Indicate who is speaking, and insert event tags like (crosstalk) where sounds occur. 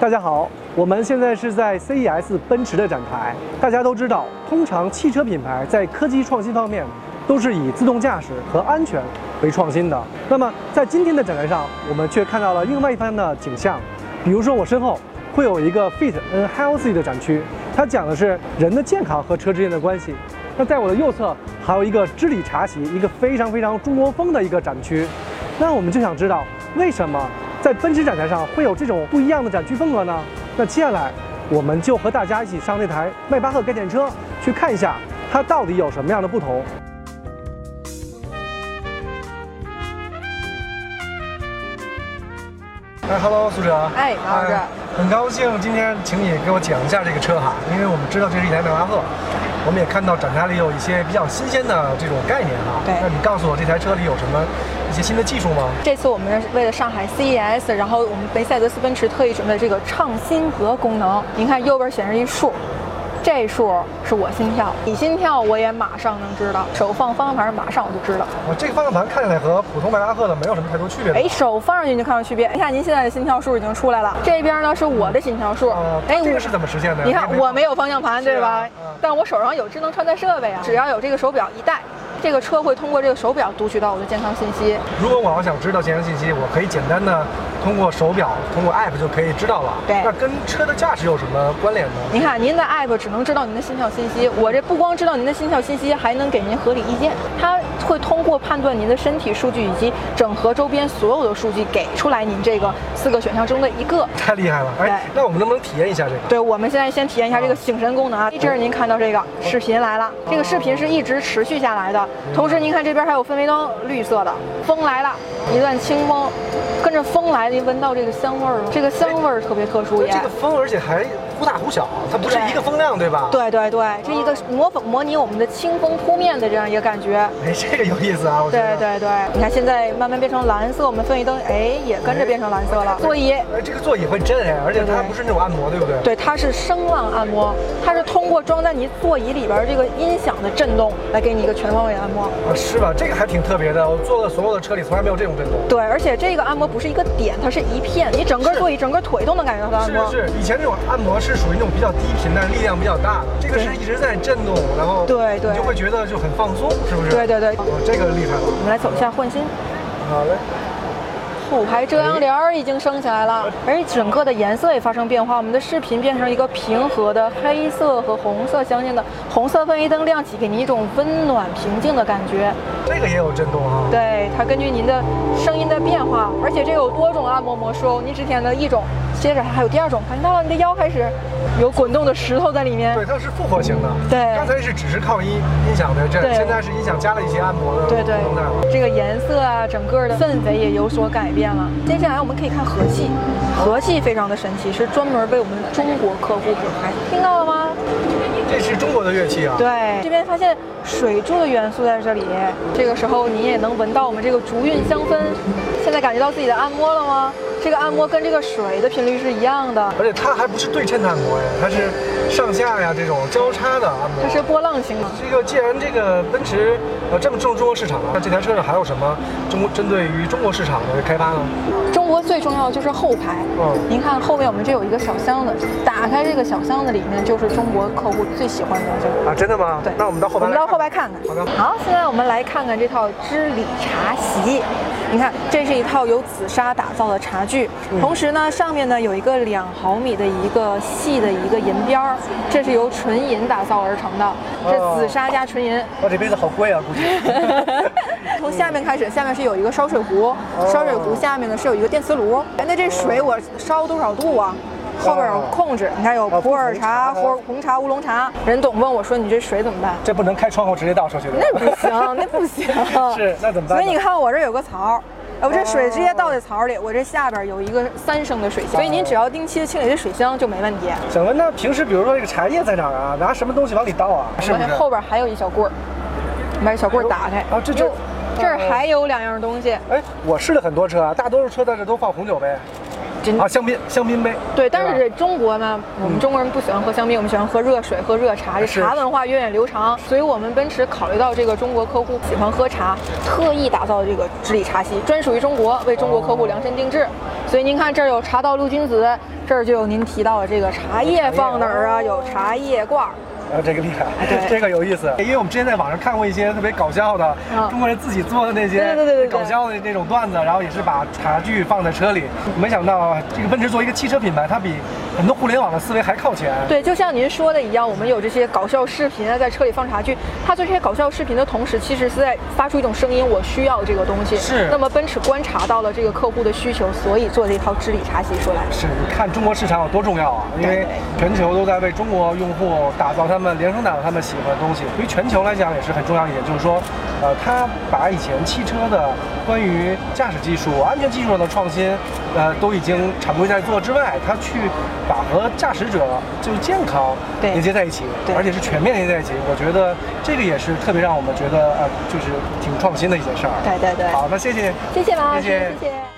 Speaker 1: 大家好，我们现在是在 CES 奔驰的展台。大家都知道，通常汽车品牌在科技创新方面都是以自动驾驶和安全为创新的。那么在今天的展台上，我们却看到了另外一番的景象。比如说我身后会有一个 Fit and Healthy 的展区，它讲的是人的健康和车之间的关系。那在我的右侧还有一个知礼茶席，一个非常非常中国风的一个展区。那我们就想知道，为什么在奔驰展台上会有这种不一样的展区风格呢？那接下来我们就和大家一起上这台迈巴赫概念车去看一下，它到底有什么样的不同。哎，Hello，苏哲。
Speaker 2: 哎马老师
Speaker 1: 很高兴今天请你给我讲一下这个车哈，因为我们知道这是一台迈巴赫，我们也看到展台里有一些比较新鲜的这种概念哈。
Speaker 2: 对
Speaker 1: 那你告诉我这台车里有什么一些新的技术吗？
Speaker 2: 这次我们是为了上海 CES，然后我们梅赛德斯奔驰特意准备了这个畅心阁功能。您看右边显示一数，这数是我心跳，你心跳我也马上能知道，手放方向盘马上我就知道。
Speaker 1: 我这个方向盘看起来和普通迈巴赫的没有什么太多区别的。
Speaker 2: 哎，手放上去你就看到区别。你看您现在的心跳数已经出来了，这边呢是我的心跳数
Speaker 1: 呃，。
Speaker 2: 哎，
Speaker 1: 这
Speaker 2: 我
Speaker 1: 个是怎么实现的呀？
Speaker 2: 你看我没有方向盘，
Speaker 1: 是啊
Speaker 2: 对吧
Speaker 1: 嗯？
Speaker 2: 但我手上有智能穿戴设备啊，只要有这个手表一戴，这个车会通过这个手表读取到我的健康信息。
Speaker 1: 如果我要想知道健康信息，我可以简单的通过手表、通过 app 就可以知道了。
Speaker 2: 对
Speaker 1: 那跟车的驾驶有什么关联呢？ (laughs)
Speaker 2: 您看，您的 app 只能知道您的心跳信息，我这不光知道您的心跳信息，还能给您合理意见。它会通过判断您的身体数据以及整合周边所有的数据，给出来您这个四个选项中的一个。
Speaker 1: 太厉害了！哎
Speaker 2: 对，
Speaker 1: 那我们能不能体验一下这个？
Speaker 2: 对，我们现在先体验一下这个醒神功能啊。这是您看到这个视频来了，这个视频是一直持续下来的。同时，您看这边还有氛围灯，绿色的。风来了，一段清风，跟着风来，您闻到这个香味儿了。这个香味儿特别特殊也。
Speaker 1: 这个风，而且还忽大忽小，啊它不是
Speaker 2: 对
Speaker 1: 一个风量，对吧？。
Speaker 2: 对对对，这一个模仿模拟我们的清风扑面的这样一个感觉。
Speaker 1: 哎，这个有意思啊！我觉
Speaker 2: 对
Speaker 1: 得。
Speaker 2: 对对，你看现在慢慢变成蓝色，我们氛围灯哎也跟着变成蓝色了。座椅，
Speaker 1: 哎，这个座椅会震哎，而且它
Speaker 2: 对
Speaker 1: 不是那种按摩，对不对？
Speaker 2: 对，它是声浪按摩，它是通过装在你座椅里边儿这个音响的震动来给你一个全方位按摩。
Speaker 1: 啊，是吧？这个还挺特别的，我坐的所有的车里从来没有这种震动。
Speaker 2: 对，而且这个按摩不是一个点，它是一片，你整个
Speaker 1: 是
Speaker 2: 座椅、整个腿都能感觉到它按摩。
Speaker 1: 是是，以前那种按摩是属于那种比较低频，但力量比较大的，这个是
Speaker 2: 对
Speaker 1: 一直在震动，然后
Speaker 2: 对对
Speaker 1: 你就会觉得就很放松，是不是？
Speaker 2: 对对对
Speaker 1: 哦，这个厉害了
Speaker 2: 我，们来走一下换新，
Speaker 1: 好嘞，
Speaker 2: 后排遮阳帘儿已经升起来了，而且整个的颜色也发生变化。我们的视频变成一个平和的黑色和红色相间的，红色氛围灯亮起，给您一种温暖平静的感觉。
Speaker 1: 这个也有震动啊。
Speaker 2: 对，它根据您的声音的变化，而且这有多种按摩模式哦，您只体验了一种，啊接着还有第二种，看到了你的腰开始有滚动的石头在里面
Speaker 1: 对，。它是复合型的。
Speaker 2: 对
Speaker 1: 刚才是只是靠音音响的震，
Speaker 2: 对
Speaker 1: 现在是音响加了一些按摩的
Speaker 2: 对对
Speaker 1: 功能在。，
Speaker 2: 这个颜色啊，整个的氛围也有所改变了。接下来我们可以看和系，和系非常的神奇，是专门为我们中国客户品牌，听到了吗？
Speaker 1: 这是中国的乐器啊。
Speaker 2: 对，这边发现水柱的元素在这里，这个时候你也能闻到我们这个竹韵香氛。现在感觉到自己的按摩了吗？这个按摩跟这个水的频率是一样的，
Speaker 1: 而且它还不是对称按摩呀，它是上下呀这种交叉的按摩。
Speaker 2: 它是波浪形的。
Speaker 1: 这个既然这个奔驰呃这么重视中国市场，那这台车上还有什么中国针对于中国市场的开发呢？
Speaker 2: 中国最重要的就是后排。
Speaker 1: 嗯
Speaker 2: 您看后面我们这有一个小箱子，打开这个小箱子里面就是中国客户最喜欢的东西。
Speaker 1: 啊，真的吗？
Speaker 2: 对，
Speaker 1: 那我们到后排
Speaker 2: 我
Speaker 1: 来看看。
Speaker 2: 们到后排看
Speaker 1: 好
Speaker 2: 看。
Speaker 1: 的
Speaker 2: 好，现在我们来看看这套知礼茶席。你看，这是一套由紫砂打造的茶具，
Speaker 1: 嗯
Speaker 2: 同时呢，上面呢有一个两毫米的一个细的一个银边儿，这是由纯银打造而成的，
Speaker 1: 哦
Speaker 2: 是紫砂加
Speaker 1: (laughs)
Speaker 2: 纯银。
Speaker 1: 哇，这杯子好贵啊，估计。
Speaker 2: 从下面开始，下面是有一个烧水壶，
Speaker 1: 哦
Speaker 2: 烧水壶下面呢是有一个电磁炉。哎，那这水我烧多少度啊？后边有控制，你看有
Speaker 1: 哦
Speaker 2: 普洱茶、
Speaker 1: 不同茶
Speaker 2: 红红茶、乌龙茶。人总问我说：“你这水怎么办？”
Speaker 1: 这不能开窗户直接倒出去的。
Speaker 2: 那不行，那不行。
Speaker 1: 是那怎么办呢
Speaker 2: 所以你看我这有个槽儿。哎我这水
Speaker 1: 哦
Speaker 2: 直接倒在槽儿里，我这下边有一个三升的水箱，所以您只要定期的清理这水箱就没问题。
Speaker 1: 想问，那平时比如说这个茶叶在哪儿啊？拿什么东西往里倒啊？是
Speaker 2: 我
Speaker 1: 不
Speaker 2: 这
Speaker 1: 是？
Speaker 2: 后边还有一小棍儿，我们把这小棍儿打开。
Speaker 1: 哎呦啊这哦这
Speaker 2: 哟这儿还有两样东西，
Speaker 1: 哎，我试了很多车啊，大多数车在这都放红酒杯
Speaker 2: 真
Speaker 1: 啊，香槟香槟杯。
Speaker 2: 对，但是
Speaker 1: 对
Speaker 2: 这中国呢，我们中国人不喜欢喝香槟，我们喜欢喝热水、喝热茶，这
Speaker 1: 是
Speaker 2: 茶文化源远流长。所以我们奔驰考虑到这个中国客户喜欢喝茶，特意打造这个直理茶席，专属于中国，为中国客户量身定制。所以您看，这儿有茶道六君子，这儿就有您提到的这个茶叶放哪儿啊？有茶叶罐儿。
Speaker 1: 啊，这个厉害
Speaker 2: 对，
Speaker 1: 这个有意思，因为我们之前在网上看过一些特别搞笑的
Speaker 2: 嗯
Speaker 1: 中国人自己做的那
Speaker 2: 对
Speaker 1: 些
Speaker 2: 对对对对
Speaker 1: 搞笑的那种段子，然后也是把茶具放在车里。没想到这个奔驰作为一个汽车品牌，它比很多互联网的思维还靠前。
Speaker 2: 对，就像您说的一样，我们有这些搞笑视频啊，在车里放茶具。它做这些搞笑视频的同时，其实是在发出一种声音：我需要这个东西。
Speaker 1: 是
Speaker 2: 那么奔驰观察到了这个客户的需求，所以做了一套治理茶席出来。
Speaker 1: 是，你看中国市场有多重要啊！因为全球都在为中国用户打造他们量身打造他们喜欢的东西，对于全球来讲也是很重要一点。就是说，呃，它把以前汽车的关于驾驶技术、安全技术上的创新，呃，都已经常规在做之外，它去把和驾驶者就是健康
Speaker 2: 对
Speaker 1: 连接在一起，
Speaker 2: 对
Speaker 1: 而且是全面连接在一起。我觉得这个也是特别让我们觉得呃，就是挺创新的一件事儿。
Speaker 2: 对对对，
Speaker 1: 好，那谢谢。
Speaker 2: 谢谢王老师，
Speaker 1: 谢谢
Speaker 2: 谢谢